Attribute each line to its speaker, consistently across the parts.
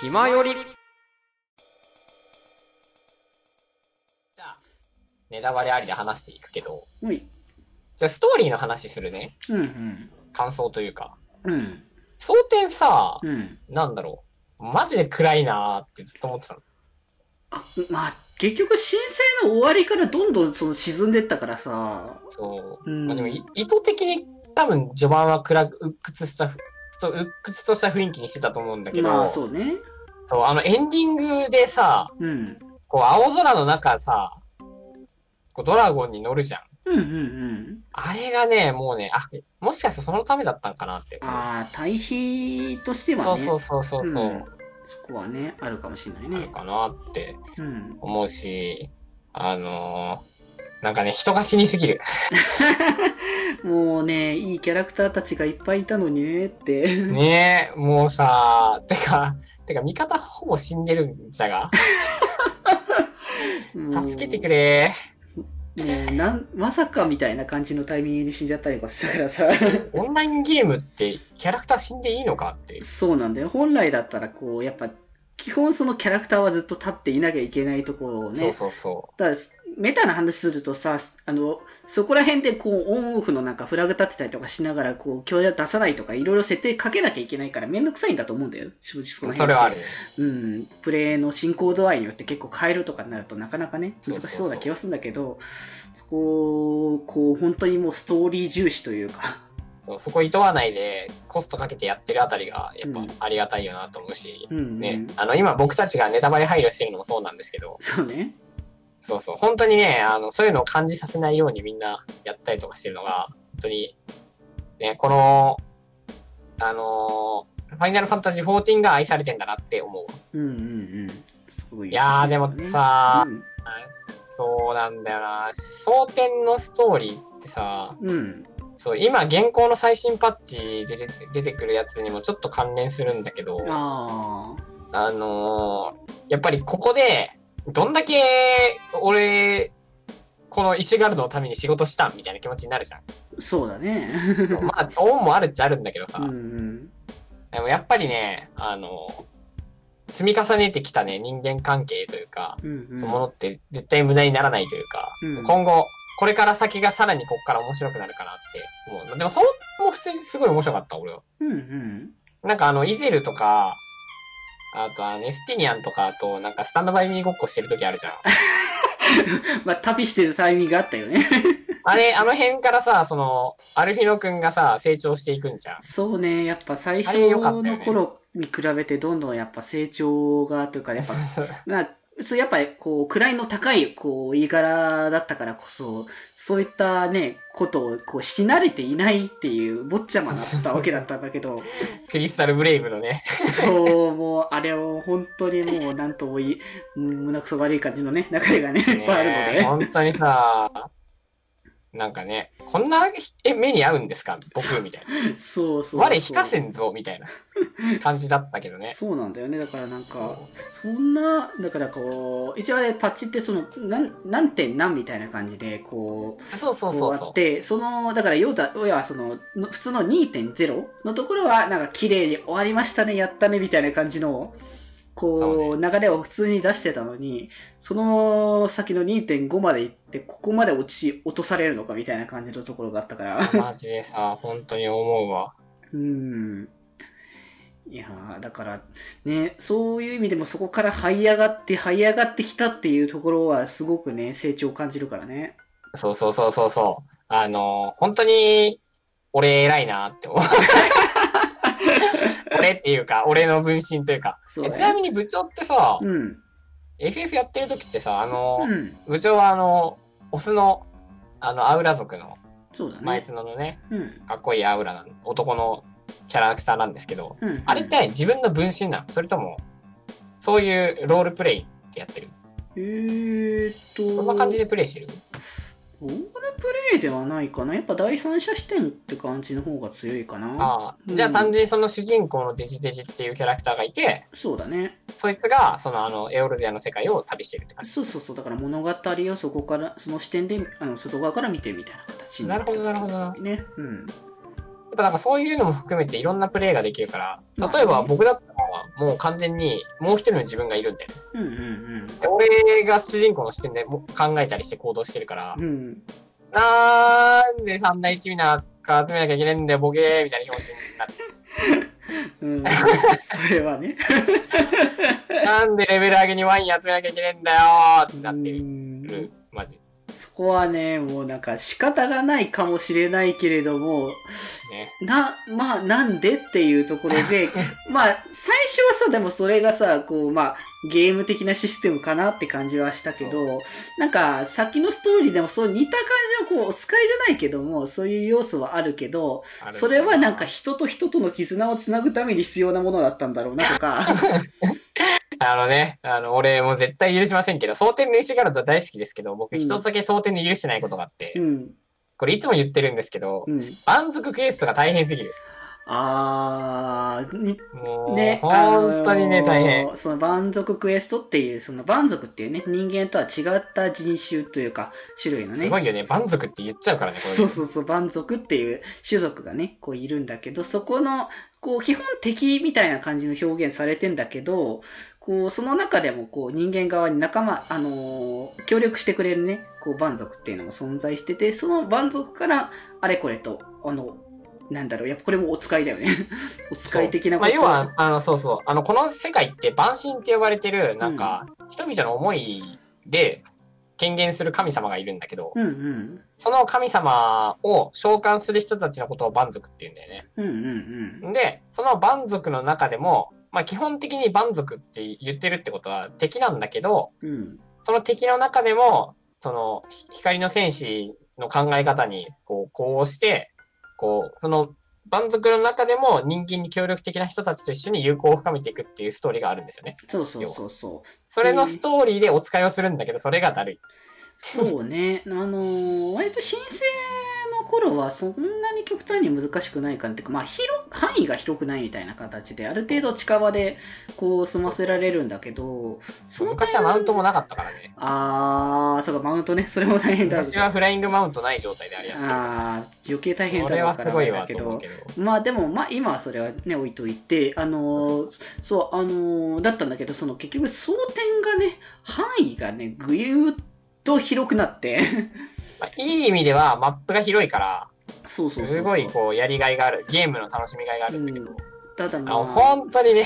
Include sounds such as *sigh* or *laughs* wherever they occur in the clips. Speaker 1: 暇より
Speaker 2: じゃあ、ネタバレありで話していくけど、
Speaker 3: うい。
Speaker 2: じゃあストーリーの話するね。
Speaker 3: うんうん。
Speaker 2: 感想というか。
Speaker 3: うん。
Speaker 2: 蒼天さ、
Speaker 3: うん。
Speaker 2: なんだろう。マジで暗いなーってずっと思ってたの。
Speaker 3: あ、まあ、結局、震災の終わりからどんどんその沈んでったからさ。
Speaker 2: そうう。
Speaker 3: ん。
Speaker 2: まあでもい、意図的に多分序盤は暗く、鬱屈したふ、と鬱屈とした雰囲気にしてたと思うんだけど、
Speaker 3: まあ、
Speaker 2: そう
Speaker 3: そうね。
Speaker 2: あのエンディングでさ、
Speaker 3: うん。
Speaker 2: こう青空の中さ、こうドラゴンに乗るじゃん。
Speaker 3: うんうんうん。
Speaker 2: あれがね、もうね、あ、もしかしてそのためだったんかなって思う。
Speaker 3: ああ、対比としてはね。
Speaker 2: そうそうそうそうそう。
Speaker 3: んそこはね、あるかもしれな
Speaker 2: あ
Speaker 3: い
Speaker 2: る
Speaker 3: ね。
Speaker 2: かなって
Speaker 3: うん。
Speaker 2: 思うし、あのー、なんかね、人が死にすぎる。
Speaker 3: もうね、いいキャラクターたちがいっぱいいたのにねって。
Speaker 2: ねえ、もうさ、てか、てか味方ほぼ死んでるんじゃが、助けてく
Speaker 3: れ。
Speaker 2: れ。
Speaker 3: ねなん、まさかみたいな感じのタイミングで死んじゃったりとかしたからさ。
Speaker 2: オンラインゲームってキャラクター死んでいいのかって。
Speaker 3: そうなんだよ。本来だったら、こう、やっぱ、基本そのキャラクターはずっと立っていなきゃいけないところをね。
Speaker 2: そうそうそ
Speaker 3: だからメタな話するとさあのそこら辺でこうオンオフのなんかフラグ立てたりとかしながらこう強打出さないとかいろいろ設定かけなきゃいけないから面倒くさいんだと思うんだよ正直その
Speaker 2: う。
Speaker 3: 辺
Speaker 2: それはある。
Speaker 3: うん、プレイの進行度合いによって結構変えるとかになるとなかなかね
Speaker 2: そう
Speaker 3: 難
Speaker 2: そう
Speaker 3: し
Speaker 2: そう
Speaker 3: そうな気はするんだけどそこをこう本当にもうストーリー重視というか
Speaker 2: そうそこいとわないでコストかけてやってるあたりがやっ
Speaker 3: う
Speaker 2: ぱ
Speaker 3: ん
Speaker 2: ありがたいよなと思うし、
Speaker 3: うんうん、
Speaker 2: ね、あの今僕たちがネタバレ配慮してるのもそうなんですけど、
Speaker 3: そうね
Speaker 2: そうそう、本当にね、あの、そういうのを感じさせないようにみんなやったりとかしてるのが、本当に、ね、この、あのーファイナルファンタジー14が愛されてんだなって思うわ。
Speaker 3: うんうんうんすごいよね
Speaker 2: いやー、でもさ
Speaker 3: う、ん
Speaker 2: そうなんだよな、蒼天のストーリーってさ、
Speaker 3: うん
Speaker 2: そう、今、現行の最新パッチで出て出てくるやつにもちょっと関連するんだけど、
Speaker 3: あ
Speaker 2: あのーやっぱりここで、どんだけ、俺、この石ガルドのために仕事したんみたいな気持ちになるじゃん。
Speaker 3: ーそうだね *laughs*
Speaker 2: まあ、恩もあるっちゃあるんだけどさ、
Speaker 3: うんうん
Speaker 2: でもやっぱりね、あの、積み重ねてきたね、人間関係というか、
Speaker 3: うんうん
Speaker 2: そのものって絶対無駄にならないというか、
Speaker 3: うん
Speaker 2: 今後、これから先がさらにこっから面白くなるかなって思う。でも、それも普通にすごい面白かった、俺は。
Speaker 3: うんうん *laughs*
Speaker 2: なんかあの、イゼルとか、あとあの、エスティニアンとかと、なんかスタンドバイミーごっこしてる時ある
Speaker 3: *laughs*
Speaker 2: じゃん。
Speaker 3: まあ、旅してるタイミングがあったよね。
Speaker 2: あれ、あの辺からさ、その、アルフィノ君がさ、成長していくんじゃん。
Speaker 3: そうね、やっぱ最初
Speaker 2: あれ良かったよね
Speaker 3: の頃に比べてどんどんやっぱ成長がというか、やっぱ、
Speaker 2: そうそう
Speaker 3: なそうやっぱりこう、位の高いこう、家柄だったからこそ、そういったね、ことをこう、し慣れていないっていう、坊ちゃまだったわけだったんだけど、
Speaker 2: *laughs* クリスタルブレイブのね、
Speaker 3: そう、もう、あれを本当にもう、なんともいい、うん胸くそ悪い感じのね、流れがね、いっぱいある
Speaker 2: ねえ
Speaker 3: ので。
Speaker 2: 本当にさ、なんかね、こんなひえ目に合うんですか僕みたいな。
Speaker 3: そうそうそう。
Speaker 2: 我引かせんぞみたいな感じだったけどね。
Speaker 3: そうなんだよね、だからなんか、
Speaker 2: そ
Speaker 3: そんな、だからこう、一応あれ、パッチってその、なん何点何みたいな感じで、こう、
Speaker 2: うそう
Speaker 3: こ
Speaker 2: そうう
Speaker 3: あっ
Speaker 2: そ
Speaker 3: て、その、だから要だ、要はその、の普通の2.0のところは、なんか綺麗に終わりましたね、やったね、みたいな感じの、こう、流れを普通に出してたのに、その先の2.5まで行って、ここまで落ち、落とされるのか、みたいな感じのところがあったから
Speaker 2: う。。マジでさ、本当に思うわ。
Speaker 3: *laughs* うん。いやーだから、ね、そういう意味でもそこから這い上がって、這い上がってきたっていうところは、すごくね、成長を感じるからね。
Speaker 2: そうそうそうそうそう。あの、本当に、俺偉いなって
Speaker 3: *laughs*
Speaker 2: 思う。俺っていうか、俺の分身というか。
Speaker 3: そう
Speaker 2: えちな
Speaker 3: ね。
Speaker 2: みに部長ってさ、
Speaker 3: うん。
Speaker 2: FF やってる時ってさ、あの、
Speaker 3: うん。
Speaker 2: 部長はあの、オスの、あの、アウラ族の、
Speaker 3: そうだ
Speaker 2: 前
Speaker 3: ね。
Speaker 2: 角のね、
Speaker 3: うん。
Speaker 2: かっこいいアウラなん男のキャラクターなんですけど、
Speaker 3: うん。
Speaker 2: あれって何自分の分身なのそれとも、そういうロールプレイってやってる
Speaker 3: えーっと、
Speaker 2: そんな感じでプレイしてる
Speaker 3: ロールプレイではないかな。やっぱ第三者視点って感じの方が強いかな。
Speaker 2: あ
Speaker 3: う
Speaker 2: あ。
Speaker 3: ん
Speaker 2: じゃあ単純にその主人公のデジデジっていうキャラクターがいて、
Speaker 3: そうだね。
Speaker 2: そいつが、そのあの、エオルゼアの世界を旅してるって感じ。
Speaker 3: そうそうそう。だから物語をそこから、その視点で、あの外側から見てみたいな形に
Speaker 2: なるほど、なる
Speaker 3: ほ
Speaker 2: ほどな。
Speaker 3: ど。ね。うん。
Speaker 2: っぱなんかそういうのも含めていろんなプレイができるから、例え
Speaker 3: まあ
Speaker 2: ば
Speaker 3: ね
Speaker 2: 僕だったらもう完全にもう一人の自分がいるんで、ね、
Speaker 3: うんうん
Speaker 2: で俺が主人公の視点でも考えたりして行動してるから
Speaker 3: うん。、うん。
Speaker 2: なんで三大一味なんか集めなきゃいけねえんだよ、ボケーみたいな気持ちになって、
Speaker 3: うん、
Speaker 2: *laughs*
Speaker 3: それはね。 *laughs*
Speaker 2: なんでレベル上げにワイン集めなきゃいけねえんだよーってなって
Speaker 3: う
Speaker 2: る。
Speaker 3: ん
Speaker 2: マジ。
Speaker 3: そこはね、もうなんか仕方がないかもしれないけれども、
Speaker 2: ね。
Speaker 3: な、まあなんでっていうところで、まあ最初はさ、でもそれがさ、こうまあゲーム的なシステムかなって感じはしたけど、なんか先のストーリーでもそう似た感じのこう、お使いじゃないけども、そういう要素はあるけど、
Speaker 2: ある
Speaker 3: それはなんか人と人との絆をつなぐために必要なものだったんだろうなとか、
Speaker 2: あのね、あの、俺もう絶対許しませんけど、蒼天の石ガラド大好きですけど、僕
Speaker 3: うん
Speaker 2: 一つだけ蒼天で許してないことがあって、
Speaker 3: うん、
Speaker 2: これいつも言ってるんですけど
Speaker 3: う、ん。
Speaker 2: 満足クエストが大変すぎる。
Speaker 3: あー、
Speaker 2: もう、
Speaker 3: ね、
Speaker 2: 本当にね、
Speaker 3: あのー
Speaker 2: 大変。
Speaker 3: その蛮族クエストっていう、その蛮族っていうね、人間とは違った人種というか、種類の
Speaker 2: す
Speaker 3: ね
Speaker 2: ご、いよね、満足って言っちゃうからね、これ。
Speaker 3: そうそうそう、蛮族っていう種族がね、こういるんだけど、そこの、こう、基本敵みたいな感じの表現されてんだけど、こう、その中でも、こう、人間側に仲間、あのー協力してくれるね、こう、蛮族っていうのも存在してて、その蛮族から、あれこれと、あの、なんだろう、やっぱこれもお使いだよね。 *laughs* お使い的な
Speaker 2: ま
Speaker 3: こ
Speaker 2: あ、
Speaker 3: と。
Speaker 2: 要は、あの、そうそう。あの、この世界って、万神って呼ばれてる、なんか、人々の思いで、権限する神様がいるんだけど、
Speaker 3: うんうん。
Speaker 2: その神様を召喚する人たちのことを蛮族って言うんだよね。
Speaker 3: うんうんうん。
Speaker 2: で、その蛮族の中でも、まあ基本的に蛮族って言ってるってことは敵なんだけど、
Speaker 3: うん。
Speaker 2: その敵の中でも、そのひ光の戦士の考え方に、こう、こうして、こう、その蛮族の中でも人間に協力的な人たちと一緒に友好を深めていくっていうストーリーがあるんですよね。
Speaker 3: そうそうそうそ
Speaker 2: それのストーリーでお使いをするんだけど、それがだるい。
Speaker 3: う。そうね。あのー割と申請の頃はそんなに極端に難しくないかっていうか、まあ、広、範囲が広くないみたいな形で、ある程度近場でこう済ませられるんだけど、その
Speaker 2: 昔はマウントもなかったからね。
Speaker 3: あー、そうか、マウントね、それも大変だろう
Speaker 2: 昔はフライングマウントない状態であれやってるから。
Speaker 3: あー、余計大変
Speaker 2: そ
Speaker 3: だ
Speaker 2: れ
Speaker 3: ろ
Speaker 2: は
Speaker 3: うか
Speaker 2: す
Speaker 3: ら
Speaker 2: ごい
Speaker 3: あれ
Speaker 2: わ
Speaker 3: だけ
Speaker 2: と思う
Speaker 3: ど
Speaker 2: け。ど。
Speaker 3: まあでも、まあ今はそれはね、置いといて、あのーそう、あのーだったんだけど、その結局、争点がね、範囲がね、ぐゆーっと広くなって、 *laughs*
Speaker 2: まあいい意味ではマップが広いから、
Speaker 3: そうそうそうそう。
Speaker 2: すごいこうやりがいがある、ゲームの楽しみがいがあるんだけど、
Speaker 3: うんただ
Speaker 2: あ
Speaker 3: まあ
Speaker 2: の本当にね、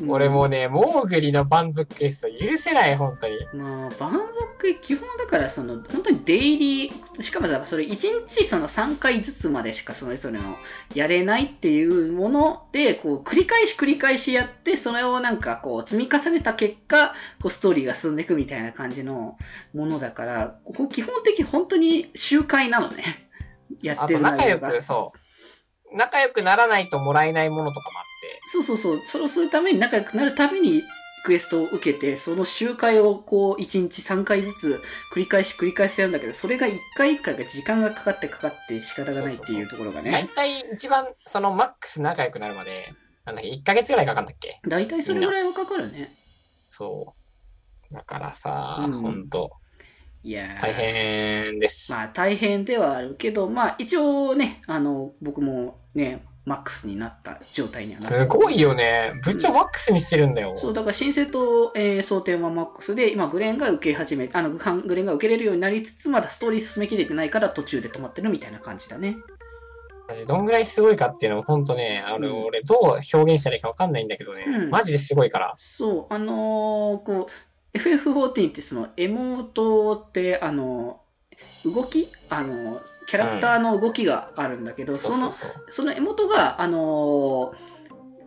Speaker 3: うん
Speaker 2: 俺もうね、モーグリのバンズクエスト許せない、本当に。
Speaker 3: まあ、蛮族基本だからその本当にデイリーしかもだからそれ1日その3回ずつまでしかそれぞれのやれないっていうものでこう繰り返し繰り返しやってそれをなんかこう積み重ねた結果こうストーリーが進んでいくみたいな感じのものだからここ基本的に本当に周回なのねや
Speaker 2: あ
Speaker 3: って
Speaker 2: と
Speaker 3: る内
Speaker 2: 仲良
Speaker 3: 容が
Speaker 2: く、そう。仲良くならないともらえないものとかもあって、
Speaker 3: そうそうそうそれをするために仲良くなるためにクエストを受けてその周回をこう1日3回ずつ繰り返し繰り返しやるんだけどそれが1回1回が時間がかかってかかって仕方がないっていうところが
Speaker 2: 大
Speaker 3: ね
Speaker 2: 体一番、そのマックス仲良くなるまで、なんだっけ、1ヶ月ぐらいかかんだっけ
Speaker 3: 大体それぐらいはかかるね
Speaker 2: そう。だからさ、
Speaker 3: うん
Speaker 2: ほんと、
Speaker 3: いやー
Speaker 2: 大変です。
Speaker 3: まあ大変ではあるけどまあ一応ねあの僕もねマックスになった状態にはなった
Speaker 2: すごいよね。部長マックスにしてるんだよ。
Speaker 3: そう、だから申請と、えー、想定はマックスで、今、グレンが受け始め、あの、グハングレンが受けれるようになりつつ、まだストーリー進めきれてないから、途中で止まってるみたいな感じだね。
Speaker 2: マジどんぐらいすごいかっていうのも本当ね、あの、
Speaker 3: うん
Speaker 2: 俺どう表現したらいいかわかんないんだけどね、
Speaker 3: うん
Speaker 2: マジですごいから。
Speaker 3: そう、あのーこう、FF14 ってその、エモートって、あのー動きあのーキャラクターの動きがあるんだけど、
Speaker 2: そう
Speaker 3: そ
Speaker 2: そ
Speaker 3: の
Speaker 2: う、そう。
Speaker 3: そのエモートが、あのー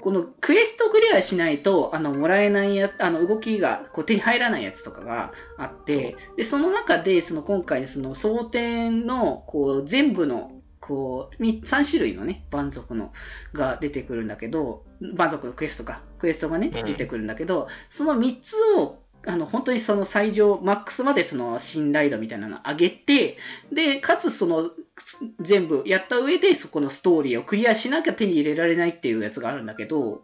Speaker 3: このクエストクリアしないと、あの、もらえないや、あの、動きが、こう、手に入らないやつとかがあって、で、その中で、その、今回、その、争点の、こう、全部の、こう、み3種類のね、蛮族の、が出てくるんだけど、蛮族のクエストか、クエストがね、
Speaker 2: うん
Speaker 3: 出てくるんだけど、その3つを、あの、本当にその最上、マックスまでその信頼度みたいなのを上げて、で、かつその、全部やった上で、そこのストーリーをクリアしなきゃ手に入れられないっていうやつがあるんだけど、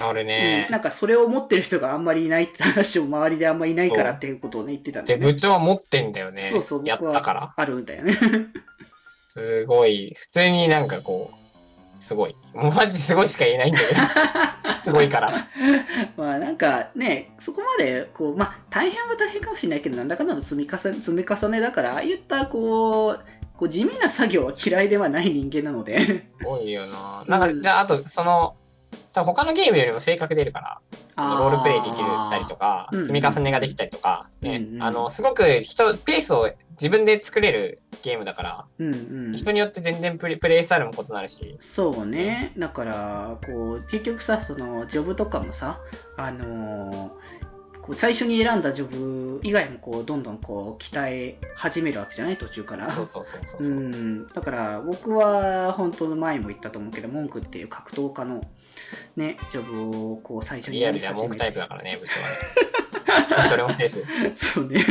Speaker 2: あれね、
Speaker 3: うんなんかそれを持ってる人があんまりいないって話を周りであんまりいないからっていうことをね、言ってたんだ
Speaker 2: で、
Speaker 3: よね。
Speaker 2: 部長は持ってんだよね。
Speaker 3: そうそう僕
Speaker 2: や
Speaker 3: は
Speaker 2: ったから。
Speaker 3: あるんだよね。
Speaker 2: すごい。普通になんかこう、すごい。もうマジですごいしか言えないん
Speaker 3: *laughs*
Speaker 2: だけど、すごいから。
Speaker 3: *laughs* まあなんかね、そこまでこう、まあ、大変は大変かもしれないけど、なんだかんだと積み重ね積み重ねだから、ああいったこうこう地味な作業は嫌いではない人間なので、
Speaker 2: 多いよな。なんか、じゃあ、あと、その、多分他のゲームよりも性格出るから、そのロールプレイできるたりとか
Speaker 3: あ、ー
Speaker 2: 積み重ねができたりとか、ね
Speaker 3: うんうん
Speaker 2: あの、すごく人、ペースを自分で作れるゲームだから、
Speaker 3: うんうん、
Speaker 2: 人によって全然プレイプレイスタイルも異なるし、
Speaker 3: そうね、だからこう結局さそのジョブとかもさ、あのーこう最初に選んだジョブ以外もこうどんどんこう鍛え始めるわけじゃない途中から。
Speaker 2: そうそうそうそう
Speaker 3: う
Speaker 2: そう。
Speaker 3: ん、だから僕は本当の前も言ったと思うけど文句っていう格闘家の、ね、ジョブをこう最初に
Speaker 2: リア
Speaker 3: や
Speaker 2: ル
Speaker 3: り
Speaker 2: では文句タイプだ
Speaker 3: か
Speaker 2: からね、
Speaker 3: *laughs*
Speaker 2: 部長はね。筋トレもしてるし。
Speaker 3: ら *laughs* そうね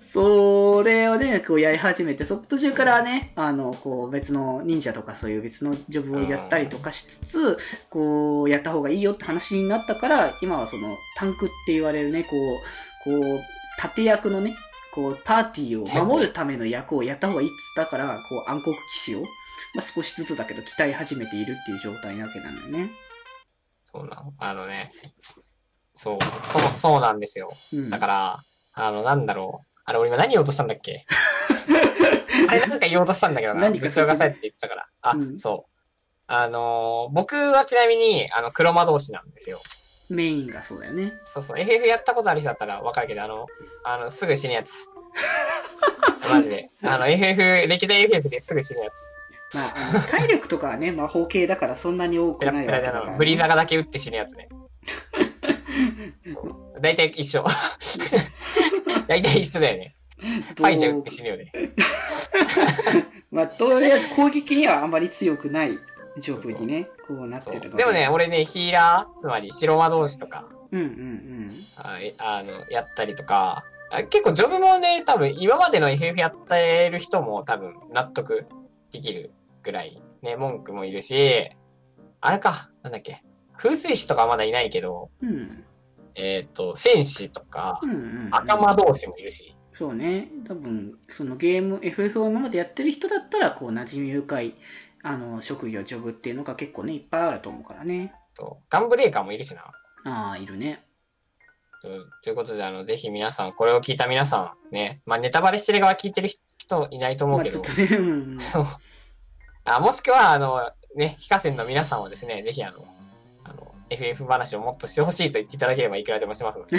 Speaker 3: それをねこうやり始めてそ途中からねあのこう別の忍者とかそういう別のジョブをやったりとかしつつこうやった方がいいよって話になったから今はそのタンクって言われるねこうこう盾役のねこうパーティーを守るための役をやった方がいいっつったからこう暗黒騎士を、まあ、少しずつだけど鍛え始めているっていう状態なわけなのよね。
Speaker 2: *laughs* そうなの。あのね、そう、そう、そうなんですよ。
Speaker 3: うん、
Speaker 2: だから、あの、なんだろう。あれ、俺今何言おうとしたんだっ
Speaker 3: *laughs*
Speaker 2: けあれ、なんか言おうとしたんだけどな。
Speaker 3: 何か
Speaker 2: 部長がさえって言ってたから。あ、
Speaker 3: うん
Speaker 2: そう。あのー僕はちなみに、あの、黒魔同士なんですよ。
Speaker 3: メインがそうだよね。
Speaker 2: そうそう。FF やったことある人だったらわかるけど、あの、あの、すぐ死ぬやつ。
Speaker 3: *laughs*
Speaker 2: マジで。あの、FF、歴代 FF ですぐ死ぬやつ。
Speaker 3: まあ、
Speaker 2: *laughs*
Speaker 3: あの体力とかはね魔法系だからそんなに多く
Speaker 2: ペラ
Speaker 3: ない
Speaker 2: ペ
Speaker 3: わ
Speaker 2: ラ
Speaker 3: け
Speaker 2: で
Speaker 3: だ
Speaker 2: あ
Speaker 3: から、
Speaker 2: の、
Speaker 3: ね。
Speaker 2: ブリザガだけ打って死ぬやつ
Speaker 3: *laughs*
Speaker 2: ね。大体一緒。大体一緒だよね。ファイジャー打って死ぬよね。
Speaker 3: まあ、とりあえず攻撃にはあんまり強くないジョブにね、こうなっ
Speaker 2: そ
Speaker 3: てるの
Speaker 2: うでもね、、俺ね、ヒーラー、つまり白魔同士とか、
Speaker 3: うんうん
Speaker 2: あえあの、やったりとか、あ結構ジョブもね、多分今までの FF やってる人も多分納得できるぐらい、ね、文句もいるし、あれか、なんだっけ、風水師とかはまだいないけど、
Speaker 3: うん。うん。
Speaker 2: えっ、と、戦士とか
Speaker 3: う、んうん、うん。
Speaker 2: 赤魔同士もいるし、
Speaker 3: そうね、多分そのゲーム、FF を今までやってる人だったら、こう、馴染み深い、あの、職業、ジョブっていうのが結構ね、いっぱいあると思うからね。
Speaker 2: とガンブレーカーもいるしな。
Speaker 3: ああ、いるね。
Speaker 2: とということで、あの、ぜひ皆さん、これを聞いた皆さん、ね、まあ、ネタバレしてる側聞いてる人いないと思う
Speaker 3: まあ、
Speaker 2: け
Speaker 3: ちょ
Speaker 2: ど
Speaker 3: っ、とね、うん。 *laughs*
Speaker 2: そう。 *laughs* あ、もしくは、あの、ね、非課線の皆さんはですね、ぜひあの、あの、FF 話をもっとしてほしいと言っていただければいくらでもしますの
Speaker 3: *laughs*
Speaker 2: で。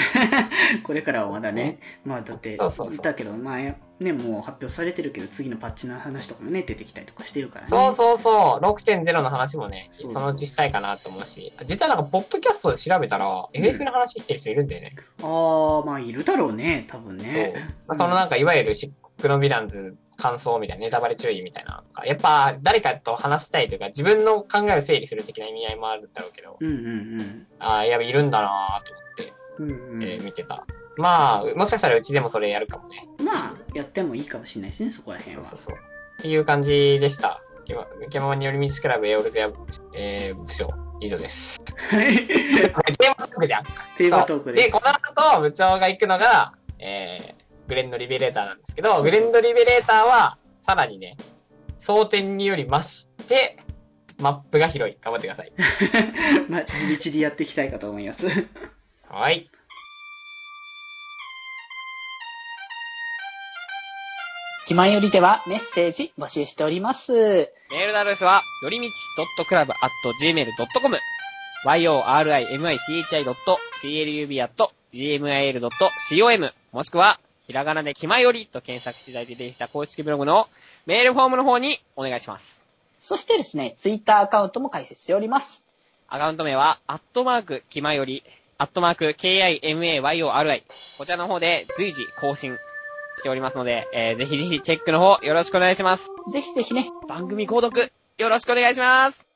Speaker 3: これからはまだね、まあ、だって、
Speaker 2: そうそうそう
Speaker 3: だけど、まあ、ね、もう発表されてるけど、次のパッチの話とかもね、出てきたりとかしてるからね。
Speaker 2: そうそうそう、6.0の話もね、
Speaker 3: そうそう
Speaker 2: そのうちしたいかなと思うし、実はなんか、ポッドキャストで調べたら、
Speaker 3: ん
Speaker 2: FF の話してる人いるんだよね。
Speaker 3: ああ、まあ、いるだろうね、多分ね。
Speaker 2: そうまあ、そのなんか、いわゆる漆黒のヴィランズ感想みたいな、ネタバレ注意みたいなのとか、やっぱ、誰かと話したいというか、自分の考えを整理する的な意味合いもあるんだろうけど、
Speaker 3: うんうん
Speaker 2: ああ、やっぱいるんだなと思って。
Speaker 3: うん。うんうん
Speaker 2: えー見てた。まあ、もしかしたらうちでもそれやるかもね。
Speaker 3: まあ、やってもいいかもしれないですね、そこら辺
Speaker 2: そ
Speaker 3: は。
Speaker 2: うそうそう。っていう感じでした。ケマケママにより道クラブエオルゼア、えー、部署、以上です。
Speaker 3: *laughs* はい。
Speaker 2: テーマトークじゃん。
Speaker 3: テーマトーク
Speaker 2: そう
Speaker 3: です。
Speaker 2: この後、部長が行くのが、えー、グレンドリベレーターなんですけど、グレンドリベレーターは、さらにね、争点により増して、マップが広い。頑張ってくだ *laughs* さい。
Speaker 3: *laughs* まあ、地道にやっていきたいかと思います。
Speaker 2: はい。
Speaker 3: 気前よりではメッセージ募集しております。
Speaker 1: メールのアドレスは、よりみち .club.gmail.com、yorimichi.club.gmail.com、もしくは、ひらがなで気まよりと検索していただいてできた公式ブログのメールフォームの方にお願いします。
Speaker 3: そしてですね、ツイッターアカウントも開設しております。
Speaker 1: アカウント名は、アットマーク気まより、アットマーク KIMAYORI、こちらの方で随時更新しておりますので、えーぜひぜひチェックの方よろしくお願いします。
Speaker 3: ぜひぜひね、
Speaker 1: 番組購読よろしくお願いします。